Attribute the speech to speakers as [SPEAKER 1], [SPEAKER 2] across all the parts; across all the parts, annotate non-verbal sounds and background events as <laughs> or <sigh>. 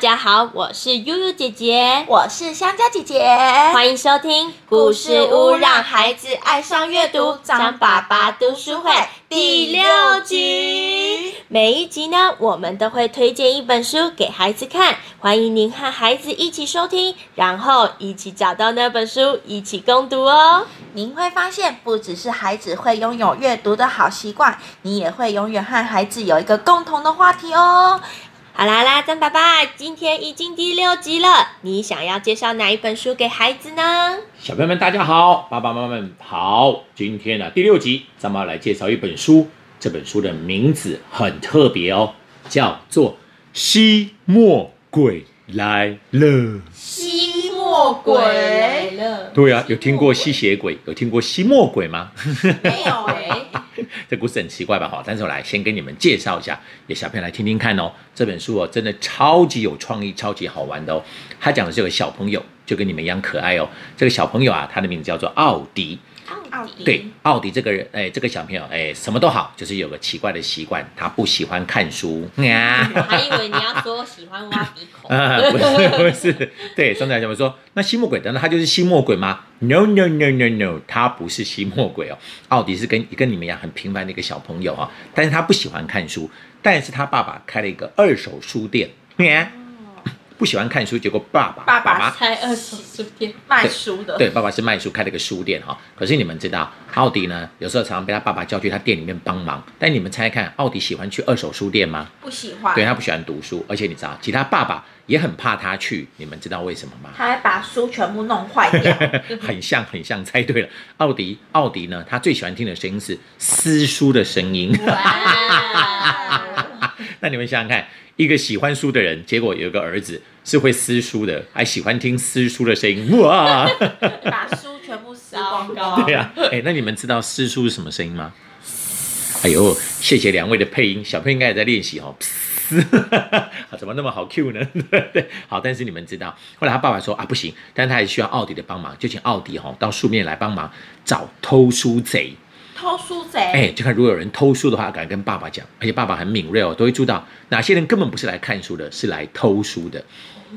[SPEAKER 1] 家好，我是悠悠姐姐，
[SPEAKER 2] 我是香蕉姐姐，
[SPEAKER 1] 欢迎收听
[SPEAKER 2] 故事屋让孩子爱上阅读，张爸爸读书会第六集。
[SPEAKER 1] 每一集呢，我们都会推荐一本书给孩子看，欢迎您和孩子一起收听，然后一起找到那本书，一起共读哦。
[SPEAKER 2] 您会发现，不只是孩子会拥有阅读的好习惯，你也会永远和孩子有一个共同的话题哦。
[SPEAKER 1] 好啦啦，张爸爸，今天已经第六集了，你想要介绍哪一本书给孩子呢？
[SPEAKER 3] 小朋友们，大家好，爸爸妈妈们好。今天呢、第六集，咱们要来介绍一本书。这本书的名字很特别哦，叫做《吸墨鬼来了》。
[SPEAKER 2] 吸墨鬼
[SPEAKER 1] 了，
[SPEAKER 3] 对啊，有听过吸血鬼，有听过吸墨鬼吗？ <laughs>
[SPEAKER 2] 没有哎、
[SPEAKER 3] 这故事很奇怪吧？哈，但是我来先跟你们介绍一下，也小朋友来听听看哦。这本书哦，真的超级有创意，超级好玩的哦。他讲的是有个小朋友，就跟你们一样可爱哦。这个小朋友啊，他的名字叫做奥迪。
[SPEAKER 2] 奥迪
[SPEAKER 3] <laughs> 对，奥迪这个人，哎，这个小朋友，哎，什么都好，就是有个奇怪的习惯，他不喜欢看书。
[SPEAKER 1] <laughs>
[SPEAKER 3] 啊。
[SPEAKER 1] 我还以为你要说喜欢挖鼻孔
[SPEAKER 3] 啊，不是不是，对，宋仔怎么说？那吸墨鬼，难道他就是吸墨鬼吗？No No No No No，他不是吸墨鬼哦。奥迪是跟跟你们一样很平凡的一个小朋友啊、但是他不喜欢看书，但是他爸爸开了一个二手书店，啊、不喜欢看书，结果爸爸
[SPEAKER 2] 爸爸
[SPEAKER 3] 妈妈
[SPEAKER 1] 开二手书店，
[SPEAKER 2] 卖书 <laughs> 的，
[SPEAKER 3] 对，爸爸是卖书，开了个书店哈、可是你们知道，奥迪呢，有时候常常被他爸爸叫去他店里面帮忙。但你们猜猜看，奥迪喜欢去二手书店吗？
[SPEAKER 2] 不喜欢
[SPEAKER 3] 对，他不喜欢读书，而且你知道，其他爸爸也很怕他去。你们知道为什么
[SPEAKER 2] <laughs>
[SPEAKER 3] 吗？
[SPEAKER 2] 他还把书全部弄坏掉。
[SPEAKER 3] <laughs> 很像，很像，猜对了。奥迪，奥迪呢，他最喜欢听的声音是撕书的声音。
[SPEAKER 1] 哇！
[SPEAKER 3] 那你们想想看，一个喜欢书的人，结果有一个儿子是会撕书的，还喜欢听撕书的声音，哇！
[SPEAKER 2] 把书全部撕
[SPEAKER 1] 糟
[SPEAKER 2] 光光
[SPEAKER 1] 糕。
[SPEAKER 3] 对啊，哎、那你们知道撕书是什么声音吗？哎呦，谢谢两位的配音，小朋友应该也在练习哦。 <laughs> 噗怎么那么好 Q 呢？ <laughs> 对对，好，但是你们知道，后来他爸爸说啊不行，但是他还需要奥迪的帮忙，就请奥迪哈、哦、到书面来帮忙找偷书贼。
[SPEAKER 2] 偷书贼，
[SPEAKER 3] 哎，就看如果有人偷书的话，敢跟爸爸讲，而且爸爸很敏锐哦，都会注意到哪些人根本不是来看书的，是来偷书的。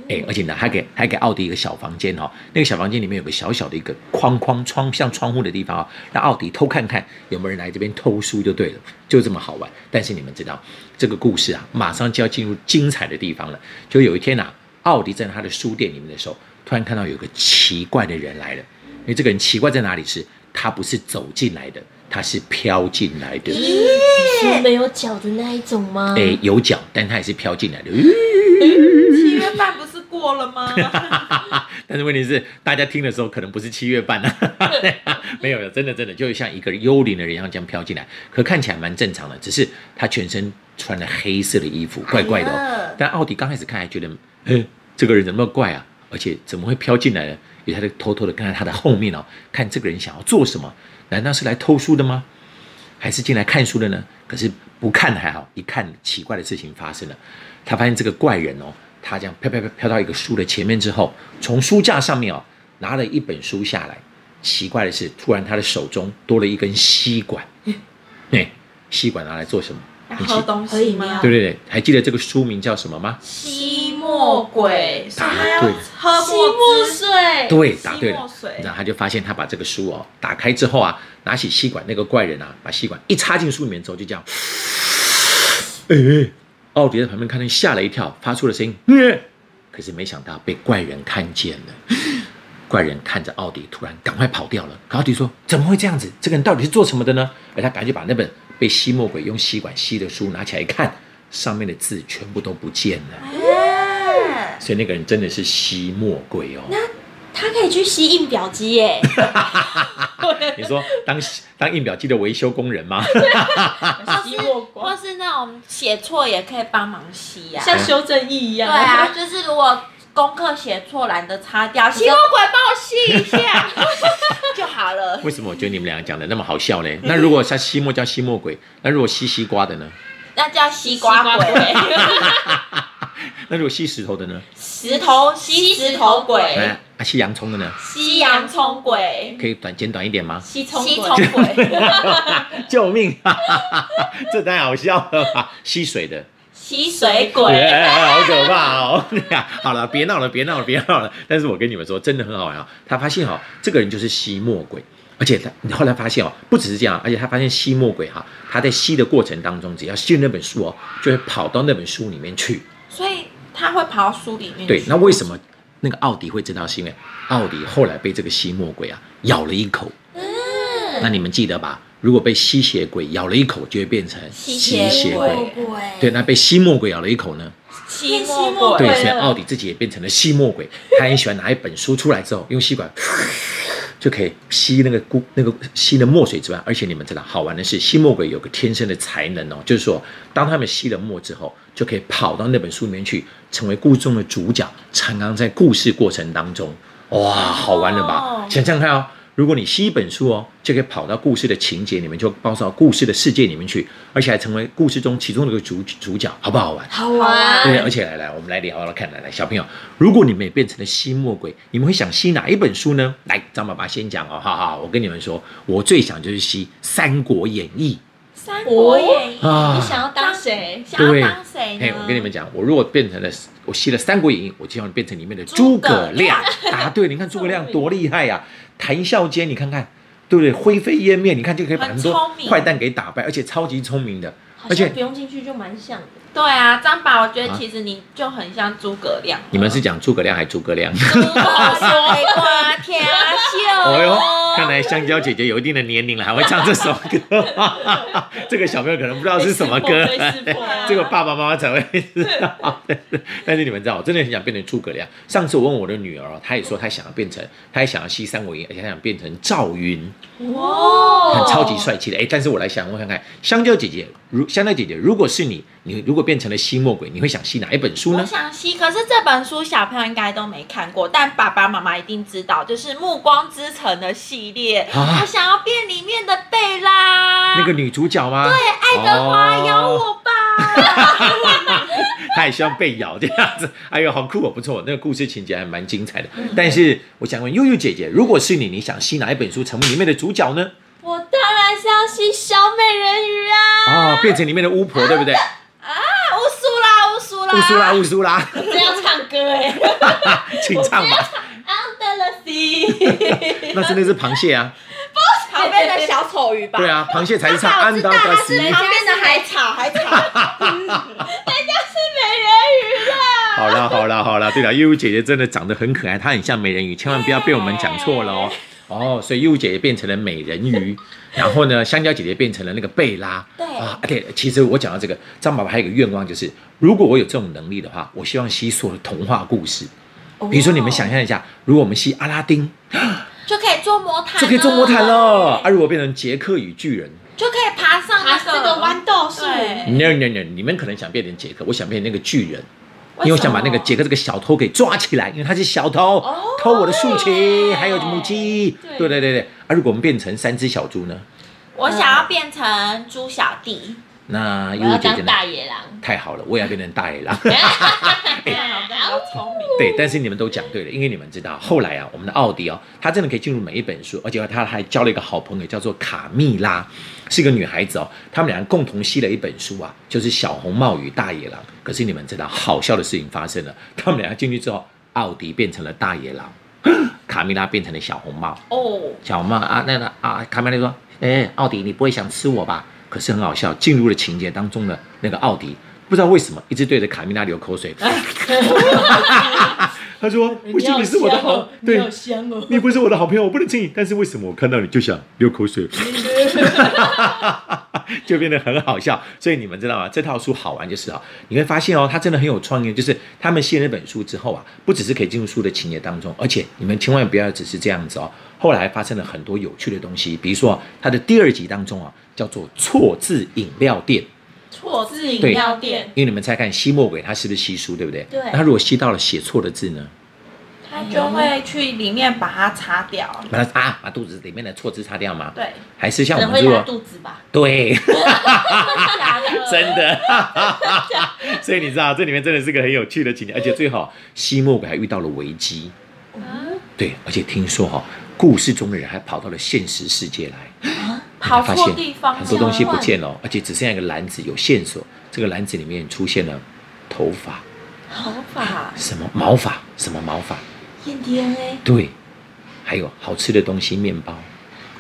[SPEAKER 3] 哎，而且呢，还给还给奥迪一个小房间哦，那个小房间里面有个小小的一个框框窗，像窗户的地方哦，让奥迪偷看看有没有人来这边偷书就对了，就这么好玩。但是你们知道，这个故事啊，马上就要进入精彩的地方了。就有一天啊，奥迪在他的书店里面的时候，突然看到有个奇怪的人来了。因为这个人奇怪在哪里是，他不是走进来的，他是飘进来的。
[SPEAKER 1] 嗯是没有脚的那一种吗？
[SPEAKER 3] 诶，有脚，但他也是飘进来的。咦
[SPEAKER 2] 七月半不是过了吗？
[SPEAKER 3] 但是问题是，大家听的时候可能不是七月半 <laughs> 啊，没有，真的真的就像一个幽灵的人一样这样飘进来，可看起来蛮正常的，只是他全身穿了黑色的衣服，怪怪的、哦。
[SPEAKER 2] 哎呀
[SPEAKER 3] 但奥迪刚开始看还觉得，呃，这个人怎么那么怪啊？而且怎么会飘进来呢？也他就偷偷的跟在他的后面哦，看这个人想要做什么？难道是来偷书的吗？还是进来看书的呢？可是不看还好，一看奇怪的事情发生了。他发现这个怪人哦，他这样飘飘飘飘到一个书的前面之后，从书架上面哦拿了一本书下来。奇怪的是，突然他的手中多了一根吸管，对，吸管拿来做什么？
[SPEAKER 2] 要
[SPEAKER 3] 很奇
[SPEAKER 2] 喝东西吗
[SPEAKER 3] 对？对对，还记得这个书名叫什么吗？
[SPEAKER 2] 吸墨鬼，所以他要
[SPEAKER 3] 答对了
[SPEAKER 2] 喝
[SPEAKER 1] 吸墨
[SPEAKER 2] 墨汁
[SPEAKER 1] 水，
[SPEAKER 3] 对，
[SPEAKER 2] 吸
[SPEAKER 3] 答对
[SPEAKER 2] 墨
[SPEAKER 3] 了。
[SPEAKER 2] 水
[SPEAKER 3] 然后他就发现他把这个书哦打开之后啊，拿起吸管，那个怪人啊，把吸管一插进书里面之后，就这样。 <laughs> 哎，奥迪在旁边看见吓了一跳，发出了声音，嗯可是没想到被怪人看见了。 <laughs> 怪人看着奥迪，突然赶快跑掉了。可奥迪说：“怎么会这样子？这个人到底是做什么的呢？”哎而他赶紧把那本被吸墨鬼用吸管吸的书拿起来一看，上面的字全部都不见了。
[SPEAKER 2] 耶
[SPEAKER 3] 所以那个人真的是吸墨鬼哦。
[SPEAKER 1] 他可以去吸印表机耶。
[SPEAKER 3] 你说当当印表机的维修工人吗？
[SPEAKER 1] 啊吸墨鬼
[SPEAKER 2] 或是那种写错也可以帮忙吸呀。
[SPEAKER 1] 像修正液一
[SPEAKER 2] 对
[SPEAKER 1] 样。
[SPEAKER 2] 啊，，就是如果功课写错懒得擦掉，吸
[SPEAKER 1] 吸墨
[SPEAKER 2] 墨
[SPEAKER 1] 鬼帮我吸一下。
[SPEAKER 2] <laughs> 就好了。
[SPEAKER 3] 为什么我觉得你们两个讲的那么好笑嘞？那如果像吸墨叫吸墨鬼，那如果吸西瓜的呢？
[SPEAKER 2] 那叫西瓜
[SPEAKER 1] 西瓜
[SPEAKER 2] 鬼，
[SPEAKER 3] 那如果吸石头的呢？
[SPEAKER 2] 石头吸石头鬼，
[SPEAKER 3] 哎，啊，吸洋葱的呢？
[SPEAKER 2] 吸洋葱鬼，
[SPEAKER 3] 可以短简短一点吗？
[SPEAKER 1] 吸葱
[SPEAKER 2] 吸
[SPEAKER 1] 鬼
[SPEAKER 2] 葱。
[SPEAKER 3] <laughs>
[SPEAKER 2] 鬼，
[SPEAKER 3] 救命！这太好笑了吧？吸水的，
[SPEAKER 1] 吸水
[SPEAKER 3] 哎
[SPEAKER 1] 鬼，
[SPEAKER 3] 哎哎好可怕哦！ <laughs> 好了，别闹了，别闹了，别闹了。但是我跟你们说，真的很好玩哦。他发现哦，这个人就是吸墨鬼，而且他你后来发现哦，不只是这样，而且他发现吸墨鬼哈、哦他在吸的过程当中，只要吸那本书哦，就会跑到那本书里面去。
[SPEAKER 2] 所以他会跑到书里面去。
[SPEAKER 3] 对，那为什么那个奥迪会知道？是因为奥迪后来被这个吸墨鬼啊咬了一口。那你们记得吧？如果被吸血鬼咬了一口，就会变成
[SPEAKER 1] 吸
[SPEAKER 3] 吸
[SPEAKER 1] 血
[SPEAKER 3] 血
[SPEAKER 1] 啊鬼
[SPEAKER 3] 鬼。对，那被吸墨鬼咬了一口呢？
[SPEAKER 2] 吸
[SPEAKER 1] 吸
[SPEAKER 2] 墨
[SPEAKER 1] 墨
[SPEAKER 3] 对
[SPEAKER 1] 鬼，
[SPEAKER 3] 所以奥迪自己也变成了吸墨鬼， <laughs> 他很喜欢拿一本书出来之后，用吸管就可以吸那个咕那个吸的墨水之外，而且你们知道好玩的是，吸墨鬼有个天生的才能哦，就是说，当他们吸了墨之后，就可以跑到那本书里面去，成为故事中的主角，常常在故事过程当中，哇，好玩了吧
[SPEAKER 2] 哦？
[SPEAKER 3] 想想看哦。如果你吸一本书哦，就可以跑到故事的情节里面，就跑到故事的世界里面去，而且还成为故事中其中的一个主主角，好不好玩？
[SPEAKER 1] 好
[SPEAKER 2] 玩
[SPEAKER 3] 对，而啊且来来，我们来聊聊看，来来，小朋友，如果你们也变成了吸墨鬼，你们会想吸哪一本书呢？来，张爸爸先讲哦，哈哈，我跟你们说，我最想就是吸《三国演义
[SPEAKER 2] 三国演义》
[SPEAKER 3] 啊
[SPEAKER 1] 你。想要当谁？
[SPEAKER 2] 想要
[SPEAKER 3] 对
[SPEAKER 2] 当谁
[SPEAKER 3] 嘿
[SPEAKER 2] 呢？，
[SPEAKER 3] 我跟你们讲，我如果变成了，我吸了《三国演义》，我就想变成里面的诸葛亮。答对了，你看诸葛亮多厉害呀、谈笑间，你看看，对不对？灰飞烟灭，你看就可以把
[SPEAKER 2] 很
[SPEAKER 3] 很多
[SPEAKER 2] 聪明
[SPEAKER 3] 坏蛋给打败，而且超级聪明的。
[SPEAKER 1] 好
[SPEAKER 3] 而且
[SPEAKER 1] 像不用进去就蛮像的。
[SPEAKER 2] 对啊，张宝，我觉得
[SPEAKER 3] 啊
[SPEAKER 2] 其实你就很像诸葛亮了。
[SPEAKER 3] 你们是讲诸葛亮还是诸葛亮？
[SPEAKER 2] 诸葛瓜天
[SPEAKER 1] 啊
[SPEAKER 2] 秀，
[SPEAKER 3] 哦哟，看来香蕉姐姐有一定的年龄了，还会唱这首歌。 <laughs> 这个小朋友可能不知道是什么歌，
[SPEAKER 2] 啊
[SPEAKER 3] <laughs> 这个爸爸妈妈才会知道。但是你们知道，我真的很想变成诸葛亮。上次我问我的女儿哦，她也说她想要变成，她也想要吸《三国演义》，而且她想变成赵云，
[SPEAKER 2] 哇
[SPEAKER 3] 很
[SPEAKER 2] 哦
[SPEAKER 3] 超级帅气的。哎，但是我来想问看看，香蕉姐姐，如香蕉姐姐，如果是你，你如果变成了吸墨鬼，你会想吸哪一本书
[SPEAKER 2] 我
[SPEAKER 3] 呢？
[SPEAKER 2] 想吸，可是这本书小朋友应该都没看过，但爸爸妈妈一定知道，就是《暮光之城》的系列。
[SPEAKER 3] 啊
[SPEAKER 2] 我想要变里面的贝拉，
[SPEAKER 3] 那个女主角吗？哦对，爱
[SPEAKER 2] 德华咬我
[SPEAKER 3] <laughs>
[SPEAKER 2] 吧，
[SPEAKER 3] 他也希望被咬这样子。哎呦，好酷哦，不错，那个故事情节还蛮精彩的。但是我想问悠悠姐姐，如果是你，你想吸哪一本书成为里面的主角呢？
[SPEAKER 1] 我当然是要吸小美人鱼啊！
[SPEAKER 3] 啊、变成里面的巫婆，对不对？
[SPEAKER 2] 啊乌苏拉，乌苏拉，
[SPEAKER 3] 乌苏拉，乌苏拉， <laughs>
[SPEAKER 1] 这要唱歌哎、
[SPEAKER 3] 请唱吧。
[SPEAKER 1] Under the sea，
[SPEAKER 3] 那真的是螃蟹啊，
[SPEAKER 2] 旁边的小丑鱼吧。
[SPEAKER 3] 对啊，螃蟹才是唱安道
[SPEAKER 2] 它
[SPEAKER 3] 格
[SPEAKER 2] 是
[SPEAKER 3] 斯。
[SPEAKER 2] 旁边的海草，海草。
[SPEAKER 3] <laughs> <laughs> 好啦，好啦，好啦。对了，悠悠姐姐真的长得很可爱，她很像美人鱼，千万不要被我们讲错了哦。哦，所以悠悠姐姐变成了美人鱼，然后呢，香蕉姐姐变成了那个贝拉。
[SPEAKER 1] 对
[SPEAKER 3] 啊，对，其实我讲到这个，张爸爸还有一个愿望，就是如果我有这种能力的话，我希望吸所有的童话故事。比如说，你们想象一下，如果我们吸阿拉丁，
[SPEAKER 2] 就可以做魔毯，
[SPEAKER 3] 就可以做魔毯，了。啊，如果变成杰克与巨人
[SPEAKER 2] 就可以爬上
[SPEAKER 1] 爬这个豌豆树，
[SPEAKER 2] 对
[SPEAKER 3] ，no no no，你们可能想变成杰克，我想变成那个巨人。
[SPEAKER 2] 为什么
[SPEAKER 3] 因为我想把那个杰克这个小偷给抓起来，因为他是小偷，偷我的竖琴，还有母鸡。
[SPEAKER 1] 哦对
[SPEAKER 3] 对对对对。啊，如果我们变成三只小猪呢？
[SPEAKER 2] 我想要变成猪小弟，
[SPEAKER 3] 那
[SPEAKER 1] 我
[SPEAKER 3] 悠悠
[SPEAKER 1] 要
[SPEAKER 3] 姐姐
[SPEAKER 1] 当
[SPEAKER 3] 呢？
[SPEAKER 1] 大野
[SPEAKER 3] <laughs>
[SPEAKER 1] 狼。
[SPEAKER 3] 太好了，我也要变成大野狼。 <laughs>
[SPEAKER 2] 好聪明。
[SPEAKER 3] 对，但是你们都讲对了，因为你们知道，后来啊，我们的奥迪哦，他真的可以进入每一本书，而且他还交了一个好朋友，叫做卡蜜拉，是一个女孩子哦。他们两个共同吸了一本书啊，就是《小红帽与大野狼》。可是你们知道，好笑的事情发生了，他们两个进去之后，奥迪变成了大野狼， <gasps> 卡蜜拉变成了小红帽。
[SPEAKER 2] 哦，
[SPEAKER 3] 小红帽啊，那个啊，卡梅利说，哎、奥迪，你不会想吃我吧？可是很好笑，进入了情节当中的那个奥迪，不知道为什么一直对着卡米拉流口水。 <laughs> 他说：“不行，你是我的好，对，
[SPEAKER 1] 香哦
[SPEAKER 3] 你不是我的好朋友，我不能亲你。但是为什么我看到你就想流口水？就变得很好笑。所以你们知道吗？这套书好玩就是啊，你会发现哦，它真的很有创意。就是他们写了那本书之后啊，不只是可以进入书的情节当中，而且你们千万不要只是这样子哦。后来发生了很多有趣的东西，比如说它的第二集当中啊，叫做错字饮料店。
[SPEAKER 2] 错字饮
[SPEAKER 3] 对
[SPEAKER 2] 料店，
[SPEAKER 3] 因为你们猜看吸墨鬼他是不是吸书，对不对？
[SPEAKER 1] 对
[SPEAKER 3] 那他如果吸到了写错的字呢？
[SPEAKER 2] 他就会去里面把它擦掉。
[SPEAKER 3] 把它啊，把肚子里面的错字擦掉吗？
[SPEAKER 2] 对，
[SPEAKER 3] 还是像
[SPEAKER 1] 可
[SPEAKER 3] 我
[SPEAKER 1] 能
[SPEAKER 3] 们
[SPEAKER 1] 会
[SPEAKER 3] 如
[SPEAKER 1] 拉
[SPEAKER 3] 果
[SPEAKER 1] 肚子吧？
[SPEAKER 3] 对，
[SPEAKER 2] 假的
[SPEAKER 3] 真的， <laughs> 所以你知道这里面真的是个很有
[SPEAKER 2] 啊
[SPEAKER 3] 趣的情节，而且最好吸墨鬼还遇到了危机。对，而且听说哈、故事中的人还跑到了现实世界来，
[SPEAKER 2] 跑
[SPEAKER 3] 哎发
[SPEAKER 2] 错
[SPEAKER 3] 现
[SPEAKER 2] 地方了，
[SPEAKER 3] 很多东西不见了，而且只剩下一个篮子有线索，这个篮子里面出现了头发，
[SPEAKER 2] 头发、
[SPEAKER 3] 什么毛发，什么毛发，
[SPEAKER 2] 验 DNA，
[SPEAKER 3] 对，还有好吃的东西，面包。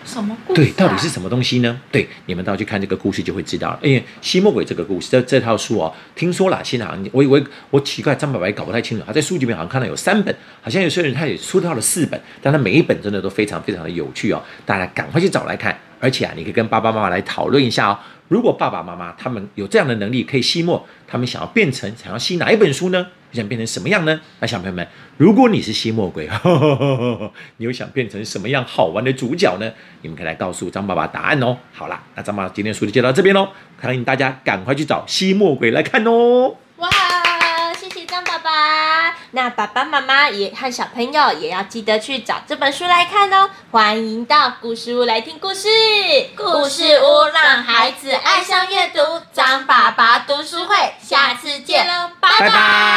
[SPEAKER 2] 什么故事、啊？
[SPEAKER 3] 对，到底是什么东西呢？对，你们到去看这个故事就会知道了。因为《吸墨鬼》这个故事，这这套书哦，听说啦，现在好像我我我奇怪，张伯白搞不太清楚，他在书里面好像看到有三本，好像有些人他也出到了四本，但他每一本真的都非常非常的有趣哦，大家赶快去找来看。而且啊，你可以跟爸爸妈妈来讨论一下哦。如果爸爸妈妈他们有这样的能力，可以吸墨，他们想要变成想要吸哪一本书呢？想变成什么样呢？那小朋友们，如果你是吸墨鬼， <laughs> 你又想变成什么样好玩的主角呢？你们可以来告诉张爸爸答案哦。好啦，那张爸爸今天的书就介绍到这边喽，欢迎大家赶快去找吸墨鬼来看哦。
[SPEAKER 1] 哇，谢谢张爸爸。那爸爸妈妈也和小朋友也要记得去找这本书来看哦。欢迎到故事屋来听故事，
[SPEAKER 2] 故事屋让孩子爱上阅读，张爸爸读书会，下次见喽，
[SPEAKER 1] 拜
[SPEAKER 3] 拜拜